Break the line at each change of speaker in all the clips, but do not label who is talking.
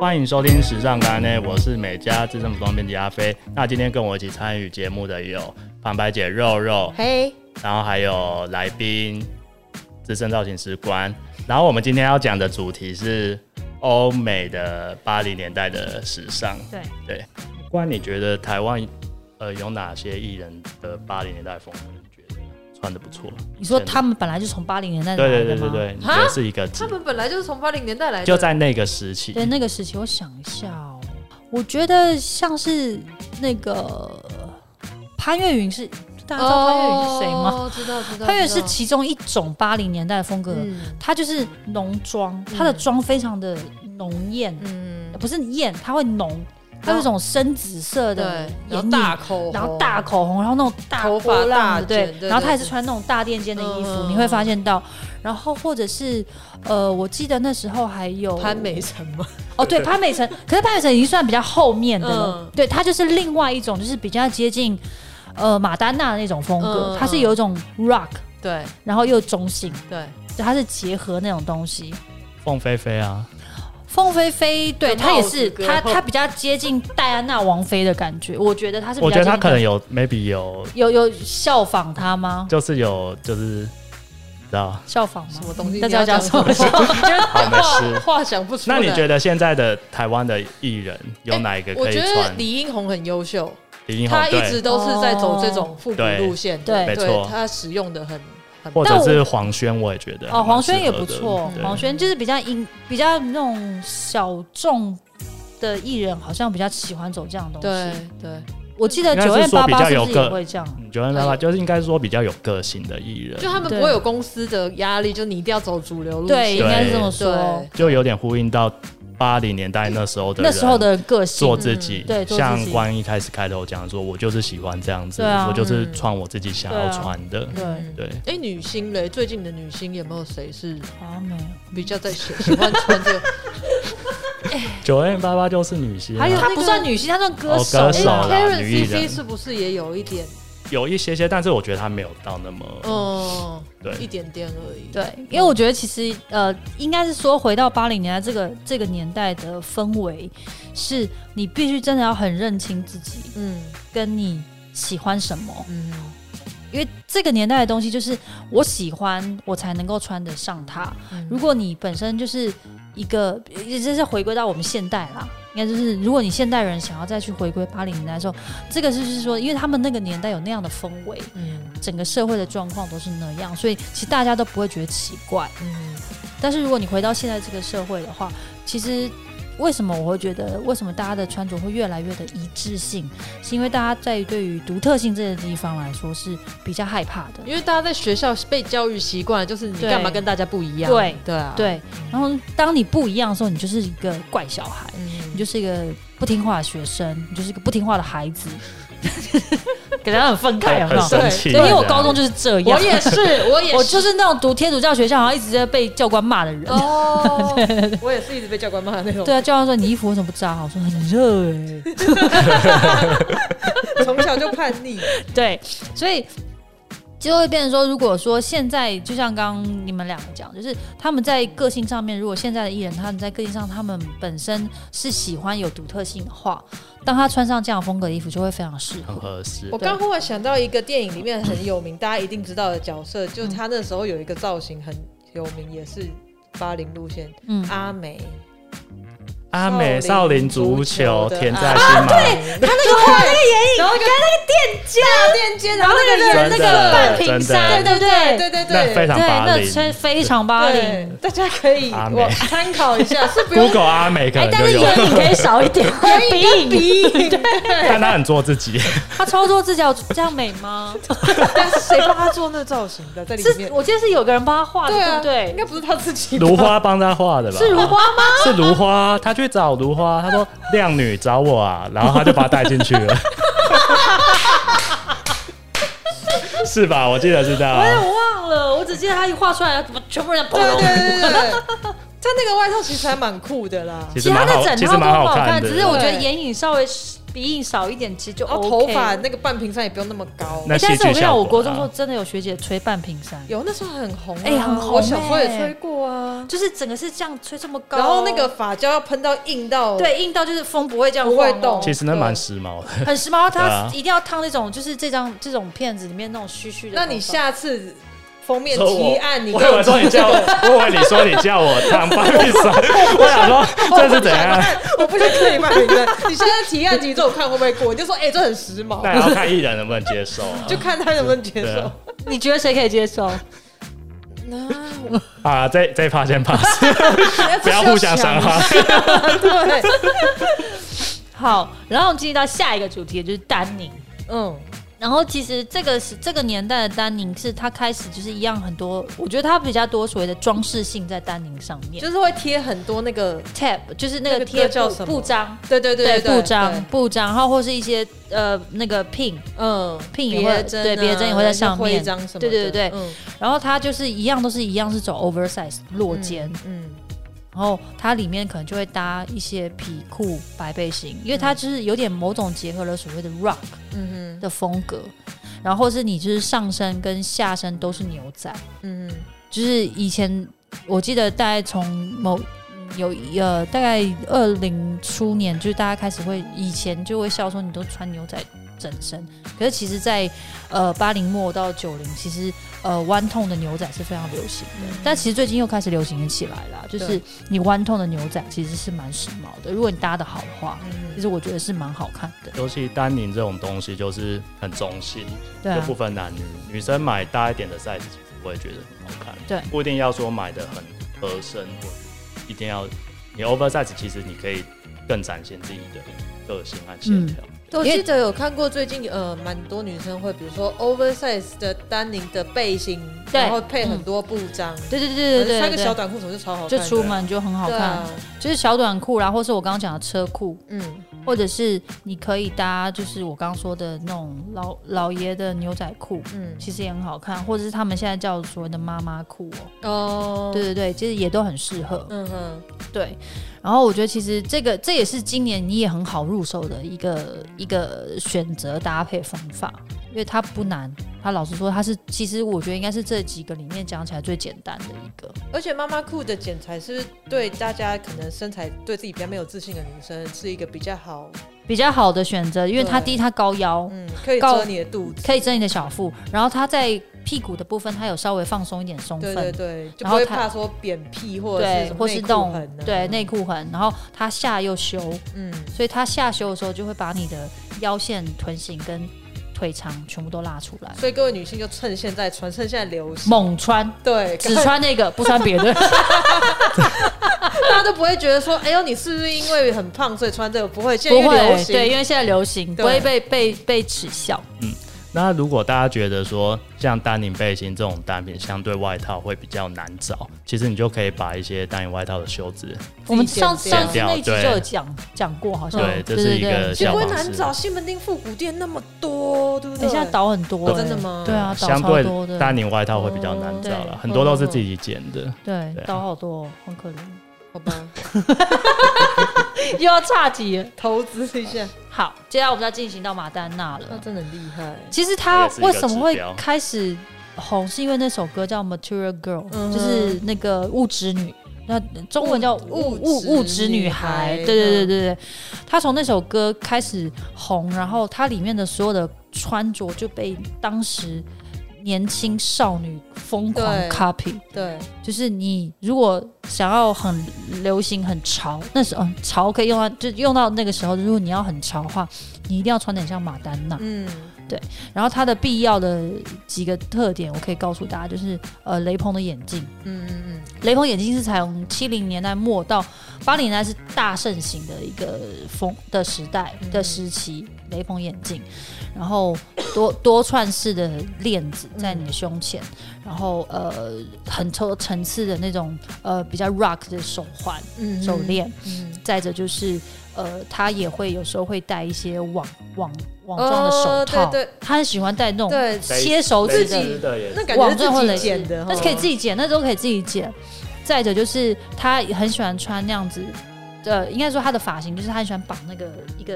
欢迎收听《时尚干呢》，我是美家资深服装编辑阿飞。那今天跟我一起参与节目的有旁白姐肉肉，
嘿，
然后还有来宾资深造型师官。然后我们今天要讲的主题是欧美的八零年代的时尚。
对
对，关你觉得台湾呃有哪些艺人的八零年代风格？你觉得穿的不错？
你说他们本来就从八零年代
对
来
对对
的吗？
对对，你觉
哈
得是一个指
他们本来就是从八零年代来的，
就在那个时期，
对那个时期，我想一下哦，我觉得像是那个潘越云是，大家知道潘越云是谁吗？
哦？知道知道，
潘越
知
哦是
道
其中一种八零年代的风格，
嗯
他就是浓妆，他的妆非常的浓艳，
嗯，
不是艳，他会浓，他有一种深紫色的
对，然
眼
后
影。
大口红，
然后大口红，然后那种大
哦头发
波浪
大
的
卷
对，
对
然后他也
对
是穿那种大垫肩的衣服，
嗯
你会发现到。然后或者是呃，我记得那时候还有
潘美辰吗？
哦，对潘美辰，可是潘美辰已经算比较后面的了，
嗯
对他就是另外一种，就是比较接近呃马丹娜的那种风格，
嗯
他是有一种 rock，
对
然后又中性，
对，
对，他是结合那种东西。
凤飞飞啊，
凤飞飞，对
跟
她也
帽子
是，
跟
她
后
她比较接近戴安娜王妃的感觉，我觉得她是比较
我觉
接
得
近
他
戴安娜。
可能有 maybe 有
有有效仿她 吗？
就是有就是，你知 道？
效仿吗
什？么东西？
大家要讲什么？
好没
话
事
话想不出来。
那你觉得现在的台湾的艺人有哪一个
我
可以
觉
哎
得
穿？
李英红很优秀，
李英宏
她一直
对，
都是在走这种复古
哦
路线，
对
没
对
错，
她使用的很很
或
但
者
我
是黄轩，我也觉得
哦，黄轩也
蛮
不
适合的
错，
对
黄轩就是比较音，比较那种小众的艺人，好像比较喜欢走这样的东
对
西。
对，
我记得
应该是
九月
说
八
比
八
较
是
有
不是也
个
会这样？
你觉得吧？就是应该说比较有个性的艺人
就，他们不会有公司的压力，就你一定要走主流路
对，
线。
应该是这么说
对。，
就有点呼应到八零年代那时候的
那时候
人
的个性
做，自己
嗯，对做自己
像关一开始开头讲说，我就是喜欢这样子，
对啊
我就是
嗯
穿我自己想
对
要
啊
穿的，
对，
嗯
对。
哎，女星嘞，最近的女星有没有谁是
好像没有。
比较在喜喜欢穿这个？
九 N 八八就是女星啊、
还有
她
那
不
个
算女星，她算歌手哎
哦
啦。
歌手啦
Karen
女艺人
CC 是不是也有一点？
有一些些，但是我觉得她没有到那么、
呃
嗯，一
对。
点点而已。
对，因为我觉得其实呃，应该是说回到八零年代这个这个年代的氛围，是你必须真的要很认清自己，
嗯
跟你喜欢什么。
嗯，
因为这个年代的东西就是我喜欢，我才能够穿得上它。
嗯
如果你本身就是一个，也就是回归到我们现代啦，应该就是如果你现代人想要再去回归八零年代的时候，这个就是说，因为他们那个年代有那样的氛围，
嗯
整个社会的状况都是那样，所以其实大家都不会觉得奇怪。
嗯
但是如果你回到现在这个社会的话，其实为什么我会觉得，为什么大家的穿着会越来越的一致性，是因为大家在于对于独特性这个地方来说是比较害怕的。
因为大家在学校被教育习惯，就是你
对
干嘛跟大家不一样？
对
对啊，
对，然后当你不一样的时候，你就是一个怪小孩，
嗯，
你就是一个不听话的学生，你就是一个不听话的孩子， 给他很愤慨，有没
很
有？
生气，
对，因为我高中就是这样，
我也 是，我也
我就是那种读天主教学校，然后一直在被教官骂的人。
哦，我也是一直被教官骂的那种。
对啊，教官说你衣服为什么不扎好？我说很热哎、
从小就叛逆。
对，所以就会变成说，如果说现在就像刚刚你们两个讲，就是他们在个性上面，如果现在的艺人他们在个性上，他们本身是喜欢有独特性的话，当他穿上这样风格的衣服，就会非常适
很
合。
合适
我。刚忽然想到一个电影里面很有名，大家一定知道的角色，就是他那时候有一个造型很有名，也是八零路线
嗯，
阿美。
阿美少林足球
的啊
田
啊
在心吗？
他那个画那个眼影，然后跟那个垫肩，然后那个
真
人
的
那个半
真
平
的
山，对不对？对对
那非
对。
常
对，
八
那
零。
穿非常八零。
对，大家可以
阿
我
美
参考一下，是不用
Google 阿美可
哎
能，
但
就是有，
眼影可以少一点，鼻影
鼻影，
但她很做自 己。
他操作自己有这样美吗？
但是谁帮他做那造型的在里
是
面？
我记得是有个人帮他画的，
对啊，
对不
应
对？
该不是他自己吧。
如花帮她画的吧？
是如花吗？
是如花，她去找如花，她说靓女找我啊，然后她就把她带进去 了，是吧？我记得是这样
我也
啊。
忘了，我只记得他一画出来，怎么全部人砰
对对对对对，他那个外套其实还蛮酷的啦。
其实
其实它
蛮
的
好，
整
其实
套都
蛮
很
好
好看，
看的。
只是我觉得
对
眼影稍微鼻翼少一点，其实就
然后
OK。
头发那个半屏山也不用那么高。
那
欸但
戏
是我
剧
跟你讲，
效
我国
果啊
中时候
啦，
真的有学姐吹半屏山，
有那时候很红、啊，
哎很红
我小时候也
欸
哎
吹过啊。
就是整个是这样吹这么高，
然后那个发胶要喷到硬到，，
对硬到就是风不会这样
不会
晃哦
动
其实那
对
蛮时髦的。
很时髦。
对啊
它一定要烫那种，就是这张这种片子里面那种虚虚的头
那
发。
你下次封面
说
提
我，
案，你
我以为说你叫 我， 我以为你说你叫我烫半壁 山，我想说这是怎样？
我不想看你半屏山， 你现在提案题这我看会不会过？你就说哎、这很时髦，
那也要看艺人能不能接受啊。
就看他能不能接
对
受
啊。
你觉得谁可以接受？
那
啊，这这一趴先 pass，
我
不要互相伤害。
对，
好，然后我们进入到下一个主题，就是丹宁。
嗯，
然后其实这个是这个年代的丹宁，是它开始就是一样很多，我觉得它比较多所谓的装饰性在丹宁上面，就
就是会贴很多那个，
tab 就是那
那
个
个这
贴
叫
布
什么
布章，
对对
对
对，
布章布章，然后或是一些呃那个 pin，
嗯，
pin 也会
别针啊，
对别针也会在
然后
上面
就徽章什么的，
对对对对
嗯
然后它就是一样都是一样是走 oversize 落肩，
嗯，
然后它里面可能就会搭一些皮裤、白背心，因为它就是有点某种结合了所谓的 rock
嗯
的风格，然后或是你就是上身跟下身都是牛仔，
哼，嗯哼，
就是以前我记得大概从某有呃大概二零初年，就是大家开始会以前就会笑说你都穿牛仔整身，可是其实在，呃八零末到九零，其实呃弯痛的牛仔是非常流行的，但其实最近又开始流行起来了，就是
嗯对
你弯痛的牛仔其实是蛮时髦的，如果你搭的好的话，
嗯
其实我觉得是蛮好看的，
尤其丹宁这种东西就是很中性，
对
就
啊
不，分男女，女生买大一点的 size 其实我也觉得很好看，
对
不一定要说买的很合身，或一定要你 oversize，其实你可以更展现自己的个性和
嗯
线条。
我
因为
记得有看过最近呃，蛮多女生会，比如说 oversize 的丹宁的背心，
对嗯
然后配很多布章，
对对对对对，
穿个
对
小短裤什么就超好看
就
的，
出门就很好
对
看
啊，，
就是小短裤啦，或是我刚刚讲的车裤，
嗯，
或者是你可以搭，就是我刚刚说的那种老老爷的牛仔裤，
嗯
其实也很好看，或者是他们现在叫所谓的妈妈裤哦，
哦，
对，对对，其实也都很适合。
嗯哼，
对，然后我觉得其实这个这也是今年你也很好入手的一个一个选择搭配方法，因为它不难，它老实说它是其实我觉得应该是这几个里面讲起来最简单的一个，
而且妈妈裤的剪裁是不是对大家可能身材对自己比较没有自信的女生是一个比较好，
比较好的选择，因为它
对
第一它高腰，
嗯，可以
高
遮你的肚子，
可以遮你的小腹，然后它在屁股的部分，它有稍微放松一点松
对
分，
对对，就不
然后
会
它
怕说扁屁或者是
对
什么
或是
内裤
动
痕啊
对，内裤痕，然后它下又修，
嗯
所以它下修的时候就会把你的腰线、臀型跟腿长全部都拉出来，
所以各位女性就趁现在穿，趁现在流行，
猛穿，
对，
只穿那个不穿 别的，
大家都不会觉得说，哎呦，你是不是因为很胖所以穿这个？不会，现在
不
因为流
会
行，
对，因为现在流行不
对
会被被被耻笑，
那如果大家觉得说像丹宁背心这种单品相对外套会比较难找，其实你就可以把一些丹宁外套的袖子，
我们上
剪掉
上次那集就
对
有讲讲过，好像
对，这是一个
其实
小
不会
方
难
式。
找。西门町复古店那么多，对不
等
对？
一下倒很多、
哦真的吗
对啊，倒
呃相
超
对
多的，
丹宁外套会比较难找
哦
了，很多都是自己剪的。
对
对啊
倒好多、哦，很可怜。
好吧，
又要岔题了。
投资一下，
好，接下来我们要进行到马丹娜
那
了。
真的很厉害。
其实她为什
这
么
也是一个指
会
标
开始红，是因为那首歌叫《Material Girl》，
嗯哼
就是那个物质女。那中文叫物
物
物
质
物质女孩，
女孩
对对对对对，她从那首歌开始红，然后她里面的所有的穿着就被当时年轻少女疯狂
对
copy，
对，
就是你如果想要很流行、很潮，那时候、嗯潮可以用到，就用到那个时候。如果你要很潮的话，你一定要穿的很像马丹娜。
嗯，
然后它的必要的几个特点，我可以告诉大家，就是呃，雷朋的眼镜，
嗯嗯嗯，
雷朋眼镜是采用七零年代末到八零年代是大盛行的一个风的时代
嗯
的时期，雷朋眼镜，然后多 多串式的链子在你的胸前，
嗯
然后呃很多层次的那种呃比较 rock 的手环、
嗯
手，链，
嗯，
再者就是呃他也会有时候会戴一些网网网状的
哦
手套，
对对
他很喜欢戴那种
对，
切手指
自
的
己
的也
那
是
感觉
网
是
站
自
会累
己
积
剪的，哦
但是可以自己剪，那都可以自己剪。再者就是他很喜欢穿那样子，呃，应该说他的发型就是他很喜欢绑那个一个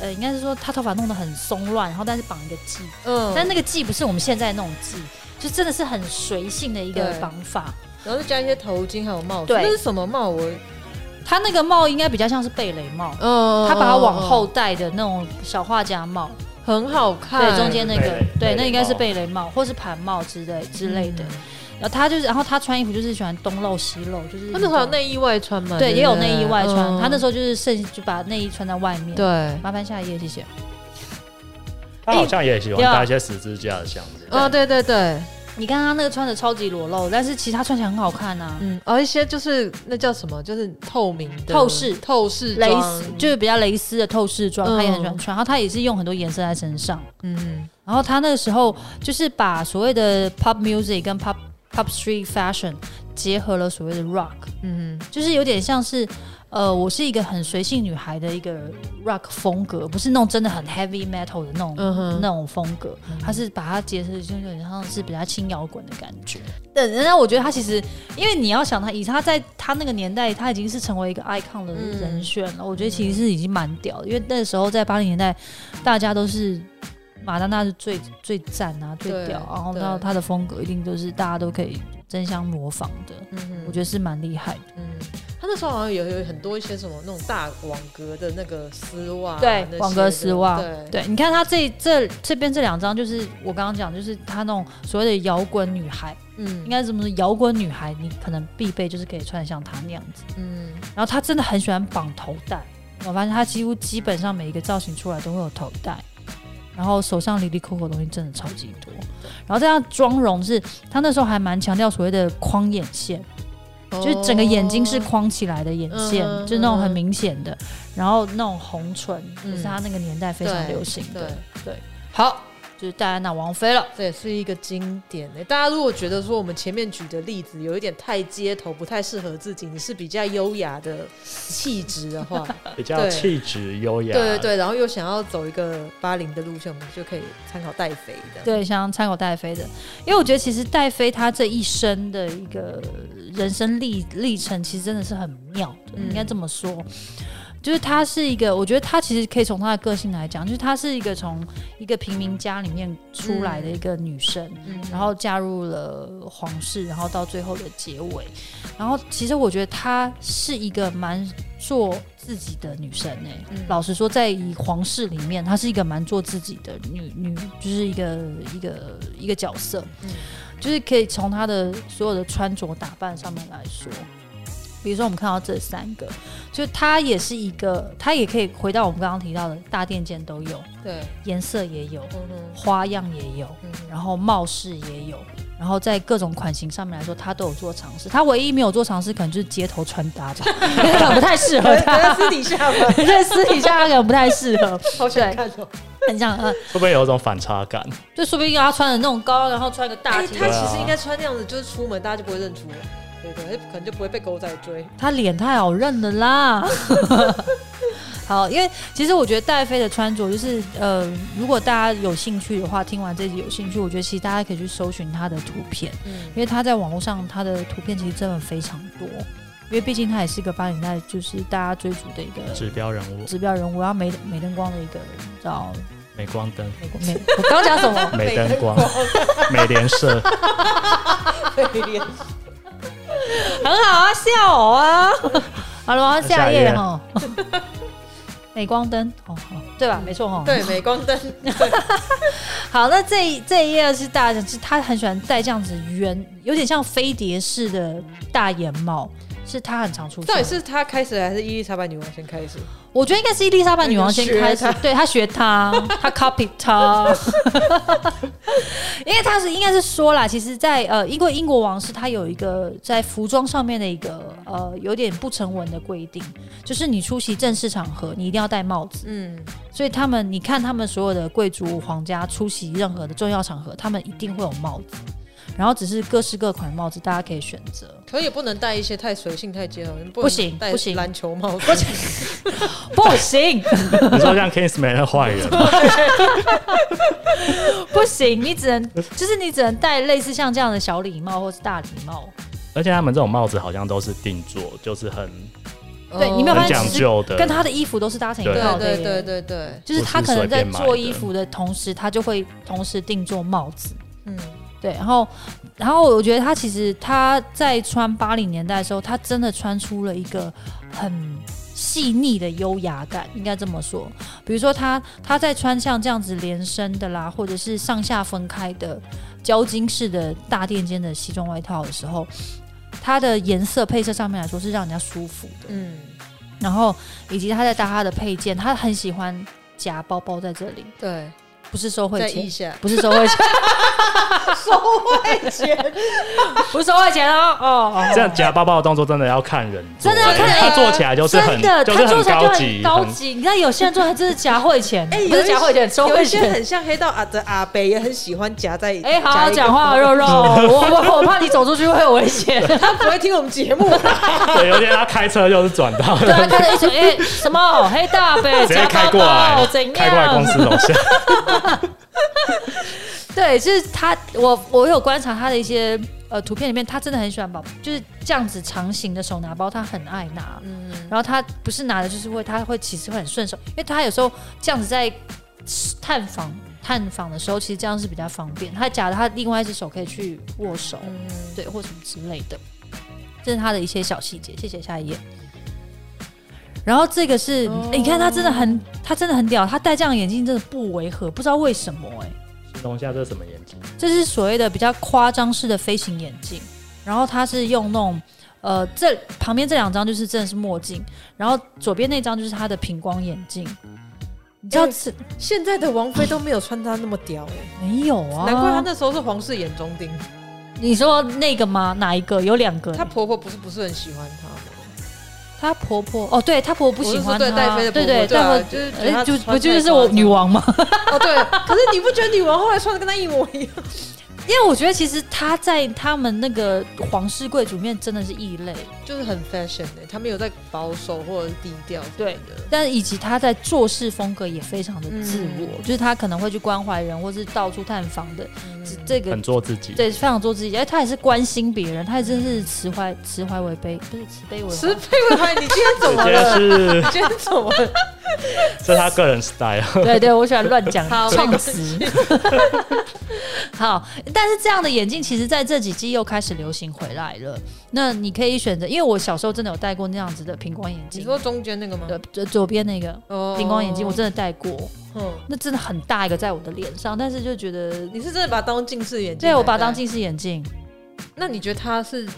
呃，应该是说他头发弄得很松乱，然后但是绑一个髻，
嗯，
但那个髻不是我们现在那种髻，就真的是很随性的一个
对
绑法。
然后就加一些头巾还有帽子，
对
那是什么帽？我
他那个帽应该比较像是贝雷帽，
嗯
他把它往后戴的那种小画家帽，
很好看，
对，中间那
贝
个
雷，贝
对，
雷
那应该是
帽
贝雷帽或是盘帽之类之类
嗯
的。然后他就是，然后他穿衣服就是喜欢东露西露，就是
哦他那时候有内衣外穿嘛，
对，也有内衣外穿。他那时
候
候就是剩就把内衣穿在外
嗯
面。，
对，
麻烦下一页，谢谢。
他好像也喜欢
哎
搭一些十字架的项链。
哦，对对对，
你看他那个穿的超级裸露，但是其实他穿起来很好看啊，
嗯，哦，一些就是那叫什么，就是透明的
透视
透视
蕾
装
丝就是比较蕾丝的透视装，
嗯
他也很喜欢穿。然后他也是用很多颜色在身上。
嗯
然后他那个时候就是把所谓的 pop music 跟 pop pop street fashion 结合了所谓的 rock，
嗯
就是有点像是，呃，我是一个很随性女孩的一个 rock 风格，不是那种真的很 heavy metal 的那种、
嗯哼
那种风格，它是把它结合，就是有点像是比较轻摇滚的感觉。但然后我觉得他其实，因为你要想他，以他在他那个年代，他已经是成为一个 icon 的
嗯
人选了。我觉得其实是已经蛮屌的，因为那时候在八零年代，大家都是。马丹娜是最最赞啊，最
对
屌，然后
对
到他的风格一定就是大家都可以争相模仿的，
嗯
我觉得是蛮厉害的。
得嗯。他那时候好像有有很多一些什么那种大网格的那个丝袜啊，
对
那些
网格丝袜
的对，
对，你看她这这这边这两张，就是我刚刚讲，就是她那种所谓的摇滚女孩，
嗯
应该怎么说？摇滚女孩，你可能必备就是可以穿得像她那样子。
嗯，
然后她真的很喜欢绑头带，我发现她几乎基本上每一个造型出来都会有头带。然后手上离离扣扣的东西真的超级多，然后再加上妆容是，她那时候还蛮强调所谓的框眼线，就是整个眼睛是框起来的眼线，
哦嗯
就是那种很明显的，然后那种红唇，也是她那个年代非常
嗯对
流行的。
对。
好，就是戴安娜王妃了。
这也是一个经典诶、大家如果觉得说我们前面举的例子有一点太街头，不太适合自己，你是比较优雅的气质的 话，
比较
对
气质优雅。
对对对，然后又想要走一个八零的路线，我们就可以参考戴妃的。
对，想参考戴妃的，因为我觉得其实戴妃她这一生的一个人生历历程，其实真的是很妙的，
嗯
应该这么说。就是她是一个，我觉得她其实可以从她的个性来讲，就是她是一个从一个平民家里面出来的一个女生，
嗯
然后嫁入了皇室，然后到最后的结尾，然后其实我觉得她是一个蛮做自己的女生哎、
嗯
老实说，在以皇室里面，她是一个蛮做自己的女女，就是一个一个一个角色，
嗯
就是可以从她的所有的穿着打扮上面来说。比如说，我们看到这三个，就她也是一个，她也可以回到我们刚刚提到的大垫肩都有，
对，
颜色也有，
嗯哼
花样也有，
嗯 哼
然后貌似也有，然后在各种款型上面来说，他都有做尝试。他唯一没有做尝试，可能就是街头穿搭吧， 可能不太适合
可能可能
他。
私底下吧，
在私底下他可能不太适合，
好想看哦。
很像呃，
会不会有一种反差感？
就说不定他穿的那种高，然后穿个大
哎，
T，、
他其实应该穿那样子，就是出门大家就不会认出我，对对，可能就不会被狗仔追。
他脸太好认了啦。 好，因为其实我觉得戴妃的穿着就是，呃，如果大家有兴趣的话，听完这集有兴趣，我觉得其实大家可以去搜寻她的图片，
嗯
因为她在网络上她的图片其实真的非常多，因为毕竟她也是一个八零代就是大家追逐的一个
指标人物，
指标人物，然后美美灯光的一个叫
镁光灯、
美国美， 我刚讲什么？
镁灯 光、镁联社，
对，
很好啊，笑我啊！ 好了，我要下
下
一
一
页
页
哈。镁光灯，哦，好对吧？没错 哈。
对，镁光灯，对，
好，那这一这一页是大家是他很喜欢戴这样子圆，有点像飞碟式的大檐帽，是他很常出现的。
到底是他开始还是伊丽莎白女王先开始？
我觉得应该是伊丽莎白女王先开始
有人学她，
对她学她， 她 copy 她， 因为她是应该是说啦，其实在，呃，因为英国王室它有一个在服装上面的一个呃有点不成文的规定，就是你出席正式场合你一定要戴帽子，
嗯
所以他们你看他们所有的贵族皇家出席任何的重要场合，他们一定会有帽子，然后只是各式各款的帽子大家可以选择。
可也不能戴一些太随性、太街头，不
不
能
行
戴
不行
篮球帽，不行，
不行，
你说像 Kingsman 的坏人吗，
不行，你只能就是你只能戴类似像这样的小礼帽或是大礼帽。
而且他们这种帽子好像都是定做，就是很
哦
对你没有
很
发现
讲
其实
究的，
跟他的衣服都是搭成一
对
对
套的耶，
对对对对，
就是他可能在做衣
不
服的同时，他就会同时定做帽子。
嗯，
对，然后，然后我觉得他其实他在穿八零年代的时候，他真的穿出了一个很细腻的优雅感，应该这么说。比如说他他在穿像这样子连身的啦，或者是上下分开的交襟式的大垫肩的西装外套的时候，它的颜色配色上面来说是让人家舒服的。
嗯，
然后以及他在搭他的配件，他很喜欢夹包包在这里，
对，
不是收汇
在
钱
腋，下，
不是收汇钱，
收会钱，
不是收汇钱哦哦，哦
这样夹包包的动作真的要看人做，
真的要看人
他做起来就是很
真的，
就是
他做
很
起来就
高
很
级，
高
很
级。你看有些人做还真是夹汇钱，
哎有一
不是夹汇钱，收
有
汇
一些
钱。
很像黑道阿的阿北，也很喜欢夹在，
哎、好
夹
好
一个
讲话，
包
肉 肉，我我我怕你走出去会有危险。
他不会听我们节目，
对，有点他开车就是转到
对啊，看着一群哎、什么黑大呗，
直接
夹
开
包
过来
包怎，样？
开过来公司楼下，
对，就是他，我我有观察他的一些呃图片里面，他真的很喜欢把就是这样子长形的手拿包，他很爱拿。然后他不是拿的，就是会他会其实会很顺手，因为他有时候这样子在探访探访的时候，其实这样是比较方便。他假的，他另外一只手可以去握手，对，或什么之类的。这是他的一些小细节。谢谢，下一页。然后这个是，
哦
诶你看他真的很，他真的很屌，他戴这样的眼镜真的不违和，不知道为什么哎、
楼下这是什么眼睛？
这是所谓的比较夸张式的飞行眼镜，然后它是用那种呃，这旁边这两张就是真的是墨镜，然后左边那张就是它的平光眼镜。你知道
哎
这
现在的王菲都没有穿他那么屌哎，
没有啊？
难怪她那时候是皇室眼中钉，
你说那个吗？哪一个？有两个。
她
她
婆婆不是不是很喜欢她吗？
她婆婆哦，对她婆婆不喜
我
欢
是说对
她
戴妃的婆婆
对
对啊
戴
就是觉得
妃
她
哎就
穿
不就
太
是我
夸张
女王吗？
哦对，可是你不觉得女王后来穿的跟她一模一样？
因为我觉得其实她在他们那个皇室贵族里面真的是异类，
就是很 fashion 哎、欸，她没有在保守或者是低调什么
对
的，
但以及他在做事风格也非常的自我，
嗯
就是他可能会去关怀人，或是到处探访的，这这个
很做自己，
对非常做自己，哎，他也是关心别人，他也真是慈怀慈怀为悲，不是慈悲为
石
怀，
佩文怀，你今天怎
直
么
接
了？
是
你今天怎么了？
这是他个人 style。
对对，我喜欢乱讲
好没
创
关
词。 好，但是这样的眼镜其实在这几季又开始流行回来了。那你可以选择，因为我小时候真的有戴过那样子的平光眼
你
镜，
说中间那个吗？
呃左左边那个
哦
平光眼镜，我真的戴过，
嗯，
那真的很大一个在我的脸上，但是就觉得
你是真的把它当近视眼镜？
对，我把它当。近视眼镜。
那你觉得它是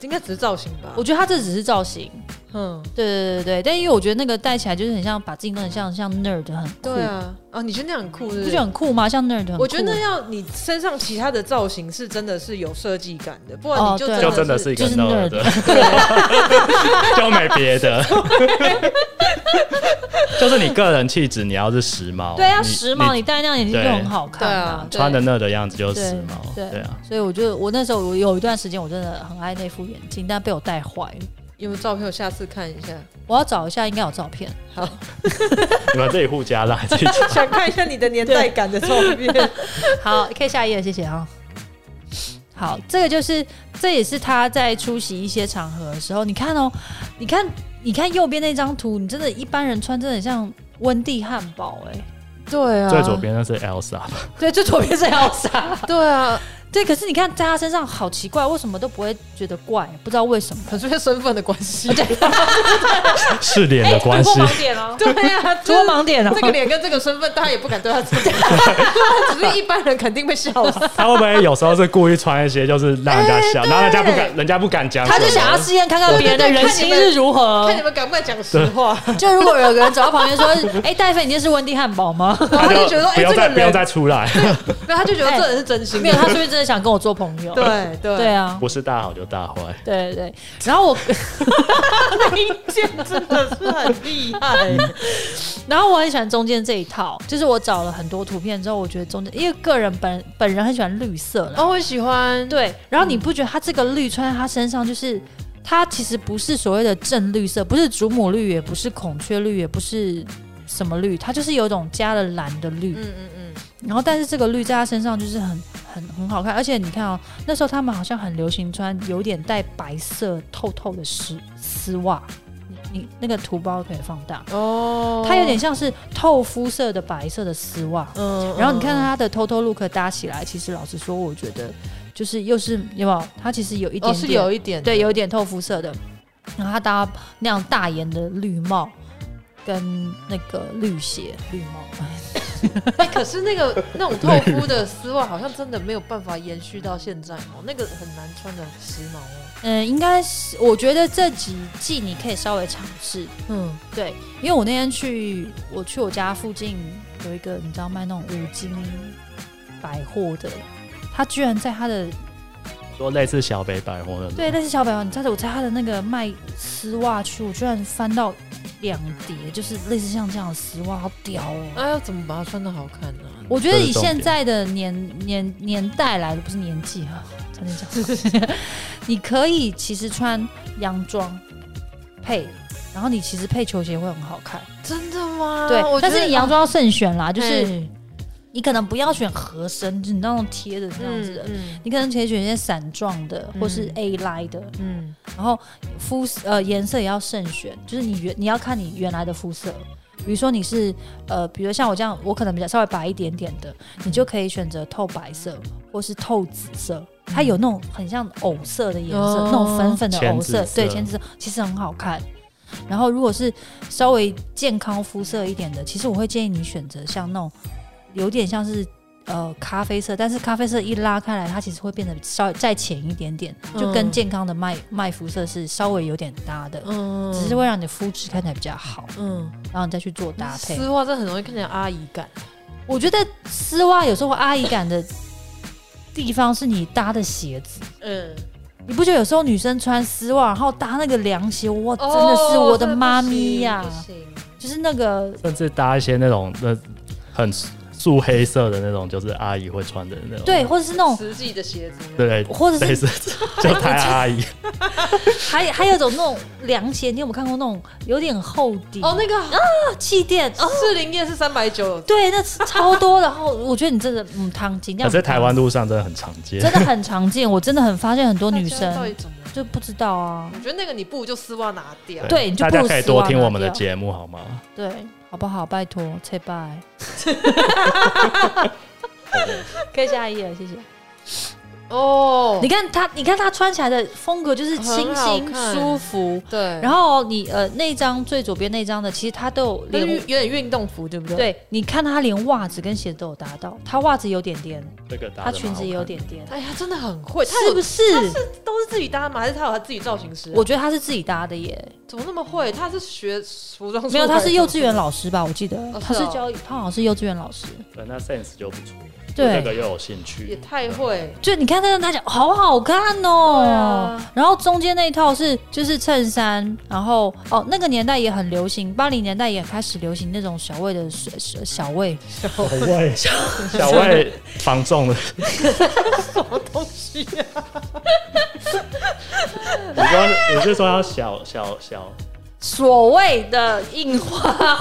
应该只是造型吧？
我觉得它这只是造型，
嗯，
对对对对。但因为我觉得那个戴起来就是很像把自己弄得像像 nerd 很酷，
对啊，啊，你觉得那样很酷是不
你不
是
觉得？很酷吗？像 nerd 很酷。
我觉得那要你身上其他的造型是真的是有设计感的，不然
哦
你就
对
就真的是一个
就是
nerd，就 没别的，就是你个人气质，你要是时髦，
对啊，时髦，
你
你戴那样眼镜就
对
很好看啊。
对啊
穿的那的样子就是时髦，
对
对啊，
所以我就我那时候我有一段时间我真的很爱那副眼镜，但被我戴坏了。
有没有照片？我下次看一 下，
我要找一下，应该有照片。
好，
你们自己互加啦，自 己
想看一下你的年代感的照片。
好，可以下一页，谢谢啊。好，这个就是，这也是他在出席一些场合的时候，你看哦，你看，你看右边那张图，你真的，一般人穿真的很像温蒂汉堡哎、
对啊，
最左边那是 Elsa，吧
对，最左边是 Elsa，
对啊，
对，可是你看在他身上好奇怪，为什么都不会觉得怪，不知道为什么。
可是因为身份的关 系。
啊
是脸的哎关系
突破，盲点哦，
对啊，
突破盲点哦
这，个脸跟这个身份，大家也不敢对他怎 么样，只是一般人肯定会笑死。
他会不会有时候是故意穿一些就是让人家笑，然后人家不敢，人家不敢讲什么，
哎他就想要试验看看别人的人心是如何
看。你们敢不敢讲实话？
就如果有个人走到旁边说：“哎，戴飞，你这是温蒂汉堡吗
然后
他
他就觉得说，
不
哎，
用
这
再
个
不用
人，
再出来，
没有，他就觉得这人是真？”心
没有，他
的。
是不是真的想跟我做朋友？
对对
对，啊，
不是大好哎就大坏，
对对对，然后我，
林健真的是很厉害。
然后我很喜欢中间这一套，就是我找了很多图片之后，我觉得中间，因为个人本本人很喜欢绿色啦，
哦，我喜欢。
对，然后你不觉得它这个绿穿在它身上，就是它其实不是所谓的正绿色，不是祖母绿，也不是孔雀绿，也不是什么绿，它就是有一种加了蓝的绿，
嗯嗯嗯，
然后但是这个绿在它身上就是很很很好看，而且你看哦，那时候他们好像很流行穿有点带白色透透的丝丝袜，你你那个图包可以放大，
哦，
它有点像是透肤色的白色的丝袜，
嗯
然后你看它的 total look 搭起来，其实老实说，我觉得就是又是有没有？它其实有一
一
点
哦是
点
有一点的
对，有一点透肤色的，然后它搭那样大檐的绿帽。跟那个绿鞋、绿帽，
哎可是那个那种透肤的丝袜好像真的没有办法延续到现在哦，那个很难穿的时髦哦。
嗯，应该是我觉得这几季你可以稍微尝试，
嗯，
对，因为我那天去，我去我家附近有一个你知道卖那种五金百货的，他居然在他的
说类似小北百货那种。
对，但是小百货，你猜猜我在他的那个卖丝袜区，我居然翻到两叠，就是类似像这样的丝袜，好屌哦！
那哎要怎么把它穿的好看呢、
我觉得
这
以
是重点
现在的年年年代来的，不是年纪啊，差点讲错， 你可以其实穿洋装配，然后你其实配球鞋会很好看，
真的吗？
对
啊我。觉
但
得
是你洋装要慎选啦，
哦
就是
嘿
你可能不要选合身，就是你那种贴的这样子的，
嗯
你可能可以选一些散状的
嗯
或是 A line 的，
嗯
然后肤色呃颜色也要慎选，就是你原你要看你原来的肤色。比如说你是呃，比如像我这样，我可能比较稍微白一点点的，你就可以选择透白色或是透紫色，它有那种很像藕色的颜色，
哦
那种粉粉的藕
浅
色，
紫色
对，浅紫色其实很好看。然后如果是稍微健康肤色一点的，其实我会建议你选择像那种有点像是呃咖啡色，但是咖啡色一拉开来，它其实会变得稍微再浅一点点，
嗯
就跟健康的麦麦肤色是稍微有点搭的，
嗯
只是会让你的肤质看起来比较好，
嗯
然后你再去做搭配。
丝袜，这很容易看起来阿姨感。
我觉得丝袜有时候会阿姨感的地方是你搭的鞋子。
嗯，
你不觉得有时候女生穿丝袜，然后搭那个凉鞋，哇，哦真的是我的妈咪呀、
哦不行，
就是那个
甚至搭一些那种那很素黑色的那种，就是阿姨会穿的那种。
哦
对，或者是那种，
实际的鞋子。
对，
或者
类
是
似就太阿姨。
还还有一种那种凉鞋，你有没有看过那种有点厚底
哦，那
啊
个
气垫？哦，
四零夜是三百九，
对，那是超多。然后我觉得你真的嗯，汤尽量
可
不要。
在台湾路上真的很常见
真。的很常见，我真的很发现很多女
大家到底
生
怎么了？
就不知道啊
我，觉得那个你不如就丝袜拿掉。
对你就
大
不如啊
家可以
丝
多
袜
听
拿
我们的
掉
节目好吗？
对，好不好？拜托，切 拜。可以下一页了，谢谢。
哦，
你看她，你看她穿起来的风格就是清
很好
新
看
舒服。
对，然
然后你呃那一张最左边那一张的，其实它都有
有
连
点有点运动服，对不对？，
对，你看她连袜子跟鞋子都有搭到，她袜子有点点，
这个搭
她
的
裙子也有点点，
哎呀，真的很会，他
是
有
不是？
都是自己搭吗？还是他有他自己造型师啊、
我觉得她是自己搭的耶，
怎么那么会？他是学服装，
没有，她是幼稚园，老师吧？我记得
哦
她
是
是
哦
教，她好像是幼稚园老师。
对，那 sense 就不错。
对
这个又有兴趣，
也太会。
就你看那个他讲好好看哦、
对啊
然后中间那一套是就是衬衫，然后哦那个年代也很流行，八零年代也开始流行那种小魏的水水小魏，
小魏，小魏防重的，什
啊
么东西啊？你说你是说要小小小
所谓的印花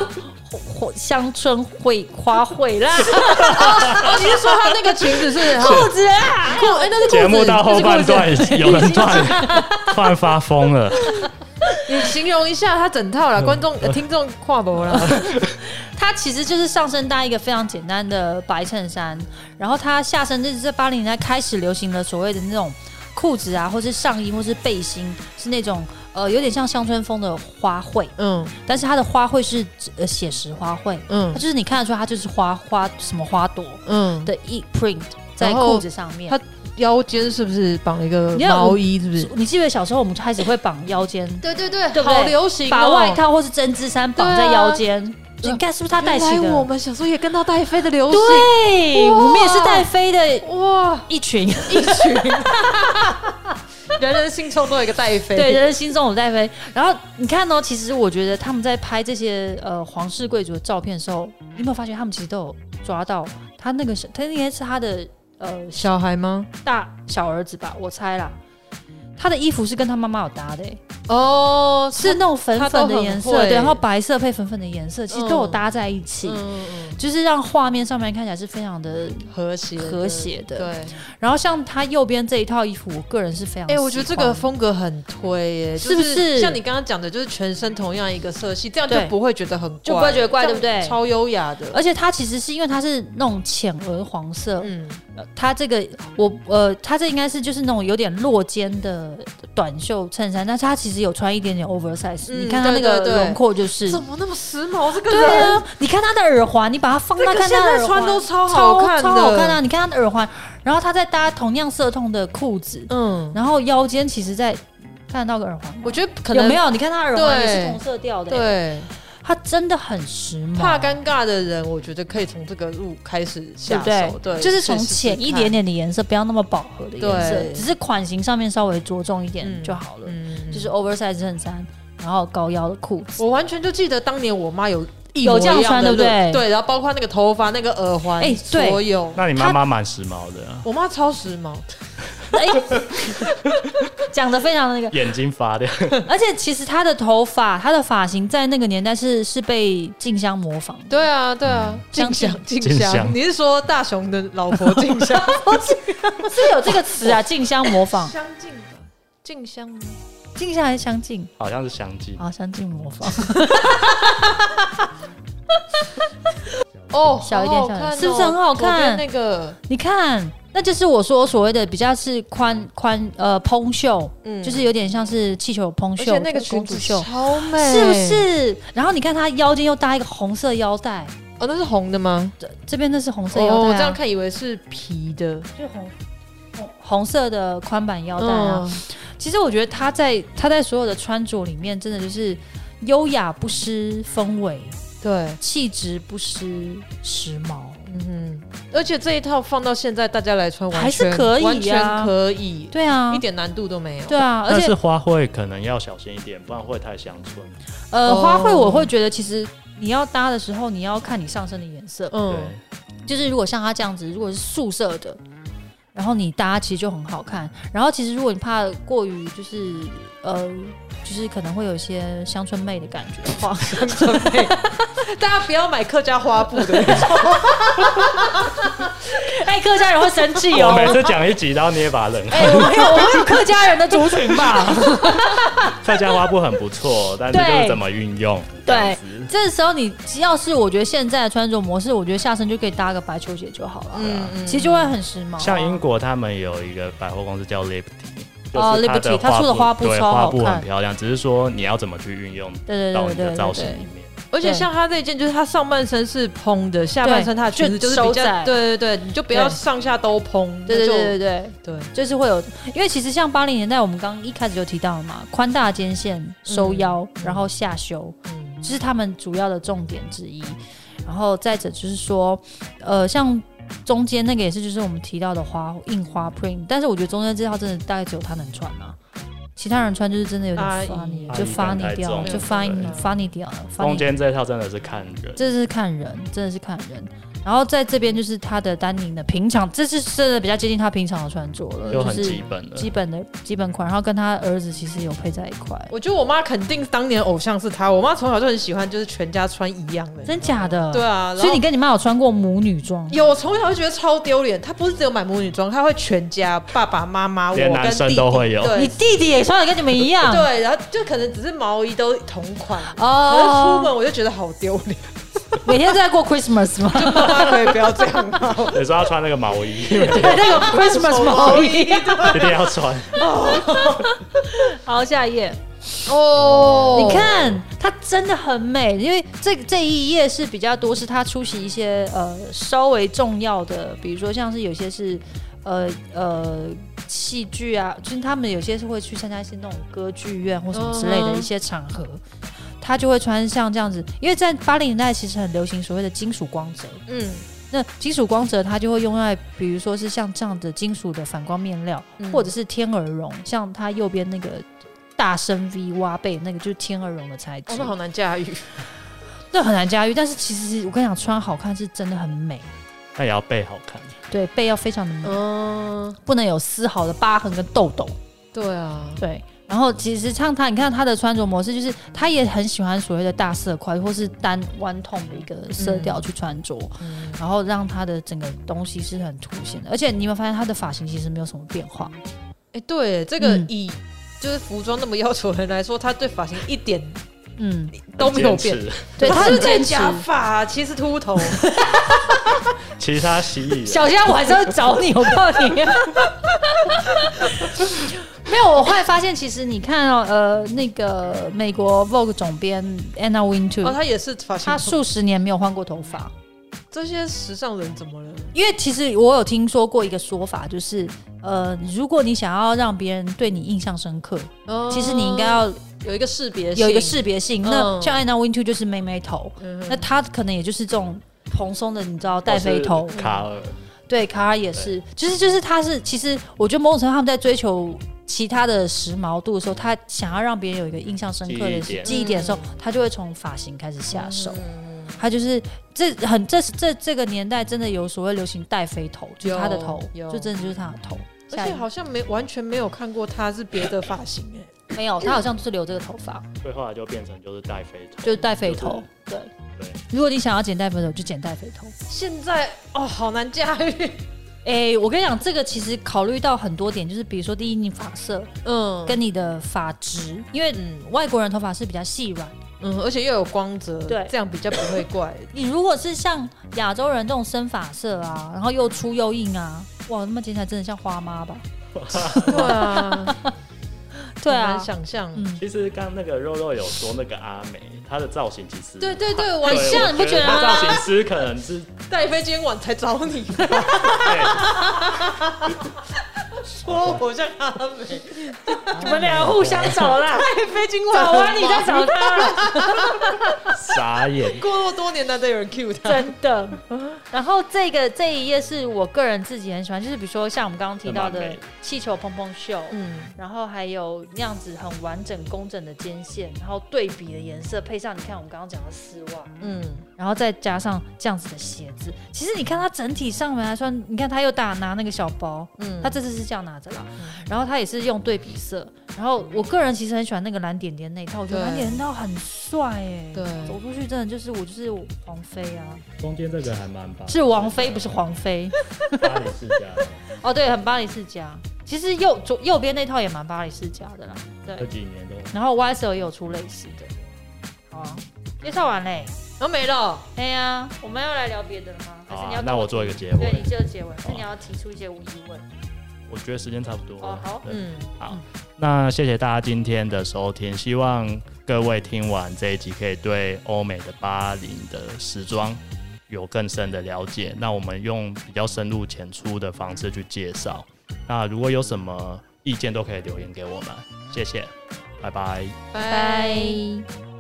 乡村会花卉 啦，
哦，你是说他那个裙子 是
裤子啦，
裤？哎，那是裤子
节目到后半段
那是裤子
有人突然突然发疯 了，
你形容一下他整套
嗯
啦，观众、呃听众跨 博啦。
它其实就是上身搭一个非常简单的白衬衫，然后它下身就是在八零年代开始流行了所谓的那种裤子啊，或是上衣，或是背心，是那种呃有点像乡村风的花卉。
嗯
但是它的花卉是呃写实花卉，它
嗯
就是你看得出它就是花花什么花朵
嗯，
的 e print 在
然后
裤子上面
它。腰间是不是绑了一个
你看我
毛衣？是不是？
你记不记得小时候我们就开始会绑腰间，
对对对，
对不对
好流行、哦，
把外套或是针织衫绑在腰间，
对啊
你看是不是他带起
原来我
的？
们小时候也跟到戴飞的流行，
对，
哇
我们也是带飞的
哇，
一 群，
一群，人人心中都有一个戴飞，
对，人心中有带飞。然后你看哦，其实我觉得他们在拍这些呃皇室贵族的照片的时候，你有没有发现他们其实都有抓到他那个是，他应该是他的呃
小孩吗？
大小儿子吧，我猜啦。他的衣服是跟他妈妈有搭的、欸，
哦，
是那种粉
他
粉
都
的
很
颜色，
会
对，然后白色配粉粉的颜色，其实都有
嗯
搭在一起，
嗯嗯
就是让画面上面看起来是非常的。
嗯和谐的
和谐的
对，
然后像他右边这一套衣服，我个人是非常喜
哎、
欢，
我觉得这个风格很推耶、就是
不是
像你刚刚讲的，就是全身同样一个色系，这样就
对
不会觉得很怪，
就不会觉得怪
这样
对不对
超优雅的，
而且它其实是因为它是那种浅鹅黄色，
嗯，
呃它这个我呃，它这应该是就是那种有点落肩的短袖衬衫，但是它其实有穿一点点 oversize，、
嗯
你看它
对
那个
对对
轮廓就是。
怎么那么时髦？这个
对
人，
啊，你看它的耳环，你把它放
这
大
个
看
现
它的
在
耳环
穿都超
超
好看的，
超好看啊！你看它的耳环，然后它再搭同样色痛的裤子，
嗯，
然后腰间其实在看得到个耳环吗，
我觉得可
有
能
没有？你看它耳环也
对
是同色调的、欸，
对，
它真的很时髦。
怕尴尬的人，我觉得可以从这个路开始
对
下
不对
手，？对，
就是
去
从
试试
浅一
看
点，点的颜色，不要那么饱和的颜
对
色，只是款型上面稍微着重一点
嗯
就好了。
嗯，
就是 oversize 衬衫，然后高腰的裤子。
我完全就记得当年我妈有一
有
模一
这样
样
穿
的
对不对
look，对，然后包括那个头发、那个耳环，
哎对
所有。
那你妈妈蛮时髦的啊，
我妈超时髦，
哎， 讲的非常的那个，
眼睛发亮，
而且其实她的头发，她的发型在那个年代是是被静香模仿的。
对啊，对啊，静
相信
香，静
嗯静
香，
香
你是说大雄的老婆静 香？
是有这个词啊， 静香模仿，
相近吧，静香吗？
静香还是相近？
好像是相近。
好，相近模仿，
哦，
嗯小一点
好好看哦
小一点是不是很好看
左边那个，
你看，那就是我说所谓的比较是宽宽呃蓬袖，
嗯
就是有点像是气球蓬
而
袖，
且那个
就是
裙
公
子
主袖，
超美，
是不？是？然后你看她腰间又搭一个红色腰带，
哦，那是红的吗？
这边那是红色腰带、啊
哦，我这样看以为是皮的
就红红红色的宽版腰带啊。
嗯
其实我觉得她在她在所有的穿着里面，真的就是优雅不失氛围，
对，
气质不失时髦。
嗯哼，而且这一套放到现在大家来穿，完全
还是可以啊
完全可以，
对啊
一，点难度都没有。
对啊，而
但
且
是花卉可能要小心一点，不然会太乡村。
呃，
哦
花卉我会觉得其实。你要搭的时候，你要看你上身的颜色。
对，
嗯，
就是如果像它这样子，如果是素色的，然后你搭其实就很好看。然后其实如果你怕过于就是呃，就是可能会有一些乡村妹的感觉的 话，
大家不要买客家花布的，
哎，客家人会生气
我
哦。
每次讲一集，然后捏把冷汗。
哎，我们有我们有客家人的族群吧？
客家花布很不错，但是
对
就是怎么运用。
对
这样子
这时候你只要是我觉得现在的穿着模式，我觉得下身就可以搭个白球鞋就好了，
嗯嗯
其实就会很时髦啊。
像英国他们有一个百货公司叫 Liberty，
哦
就是它的
Liberty，它出的花布
对
超好
花布
看
很漂亮，只是说你要怎么去运用
对对
到
对
你
对
的
对
造
对
型
对
里。面。
而且像他这一件，就是他上半身是蓬的，下半身他的裙子就是比
就收
较，
窄
对对对，你就不要
对
上下都蓬，
对
那
对
就
对对对，
对，
就是会有，因为其实像八零年代，我们刚一开始就提到了嘛，宽大肩线、收腰，
嗯
然后下修，
嗯
这、是他们主要的重点之一。然后再者就是说，呃，像中间那个也是，就是我们提到的花印花 print，但是我觉得中间这套真的大概只有他能穿啊，其他人穿就是真的有点
阿姨
funny，
阿
就
姨感太
funny 掉
重
了，
了
就 funny
对
funny 掉了
中
，funny
间这一套真的是看人，
这是看人，真的是看人。然后在这边就是他的丹宁的平常，这是真的比较接近他平常的穿着了，
就
就
很
是
基本的。
基本的基本款，然后跟他儿子其实有配在一块，
我觉得我妈肯定当年偶像是他，我妈从小就很喜欢，就是全家穿一样的，
真假的？
对啊，
所以你
然后
跟你妈有穿过母女装？
有我从小就觉得超丢脸，她不是只有买母女装，她会全家爸爸妈妈我
连
跟
男生
弟
都
弟
会有
对
你弟弟也穿的跟你们一样？
对，然后就可能只是毛衣都同款，可是出
哦，
门我就觉得好丢脸，
每天都在过 Christmas 吗？
爸妈可以不要这样吗？
你说要穿那个毛 衣，一
对，那个 Christmas 毛衣。
啊
定要穿。
好，下一页，
哦
你，看它真的很美，因为这这一页是比较多，是她出席一些呃稍微重要的，比如说像是有些是呃呃。戏剧啊，就是他们有些是会去参加一些那种歌剧院或什么之类的
嗯哼
一些场合，他就会穿像这样子，因为在八零年代其实很流行所谓的金属光泽，
嗯
那金属光泽它就会用在，比如说是像这样的金属的反光面料，
嗯
或者是天鹅绒，像它右边那个大深 V 挖背那个就是天鹅绒的材质，
哦，那好难驾驭。
那很难驾驭。但是其实我跟你讲，穿好看是真的很美，
那也要背好看，
对背要非常的美，
嗯，
不能有丝毫的疤痕跟痘痘，
对啊，
哦对。然后其实像他，你看他的穿着模式，就是他也很喜欢所谓的大色块或是单弯筒的一个色调
嗯
去穿着，然后让他的整个东西是很凸显的。而且你有没有发现他的发型其实没有什么变化？
哎、对，这个
嗯
以就是服装那么要求的人来说，他对发型一点
嗯，
都没有变
很。坚持。
对，
他
他
是
是
戴
坚持。
假发，啊其实秃头。
其实他啊吸引人，
小虾，我还是要找你，我告诉你。 没有，我后来发现，其实你看哦，呃，那个美国 Vogue 总编 Anna Wintour，、
哦，他也是发型
她。数十年没有换过头发。
这些时尚人怎么了？
因为其实我有听说过一个说法，就是呃，如果你想要让别人对你印象深刻，
哦
其实你应该要
有一个识别性，
有一个识别性。那
嗯
像 Anna Wintour 就是妹妹头，
嗯哼
那她可能也就是这种蓬松的，你知道戴飞头
或。是卡尔，
对，卡尔也是，其实就是他是，其实我觉得某种程度他们在追求其他的时髦度的时候，他想要让别人有一个印象深刻的
记忆点
记忆点的时候，
嗯
他就会从发型开始下手。他就是这很这这这个年代真的有所谓流行戴飞头，就是他的头，
有有
就真的就是他的头。
而
下一
且好像没完全没有看过他是别的发型哎、
没有，他好像就是留这个头发，
所以后来就变成就是戴飞头，
就是戴飞头。对
对，
如果你想要剪戴飞头，就剪戴飞头。
现在哦，好难驾驭。
哎、我跟你讲，这个其实考虑到很多点，就是比如说，第一，你发色
嗯，
跟你的发质，因为
嗯
外国人头发是比较细软，
嗯，而且又有光泽，
对
这样比较不会 怪。
你如果是像亚洲人这种深发色啊，然后又粗又硬啊，哇，那么剪起来真的像花妈吧？
对啊，
对
很
啊
难，想象。
嗯，
其实刚刚那个肉肉有说那个阿美，她的造型其实
对对对，我
对
很像
我
你不觉得
她
吗
造 型师可能是哎
戴飞今天晚才找你，
对
说我像阿美，
你们俩互相找啦，
戴飞今晚
找完你再
。
找他啦，
傻眼
过那么多年，难得有人 cue 他。
真的。
然后这个这一页是我个人自己很喜欢，就是比如说像我们刚刚提到
这蛮
的
美的
气球蓬蓬袖，
嗯，
然后还有那样子很完整工整的肩线，然后对比的颜色配上你看我们刚刚讲的丝袜，
嗯，
然后再加上这样子的鞋子，其实你看它整体上面来说，你看它又大拿那个小包，
嗯
嗯，他这次是这样拿着啦，然后它也是用对比色，然后我个人其实很喜欢那个蓝点点那一套，我觉得
对
蓝点点那套很帅哎、
对
走出去真的就是我就是王菲啊，
中间这个还蛮棒，
是王菲不是黄 菲，
巴黎世家，
哦对，很巴黎世家，其实右左右边那套也蛮巴黎世家的啦，
这
对，
几年都
然后 YSL 也有出类似的，好啊，介绍完嘞，
然后没了。
哎呀，我们要来聊别的了吗？还
好
是你
啊
要。
那我做一个结
对
尾
你，这个结尾，是
好啊
你要提出一些疑问。
我觉得时间差不多
哦
了。
好
对
嗯，
好，那谢谢大家今天的收听，希望各位听完这一集可以对欧美的巴黎的时装有更深的了解。那我们用比较深入浅出的方式去介绍。那如果有什么意见都可以留言给我们，谢谢，拜拜。
拜
拜。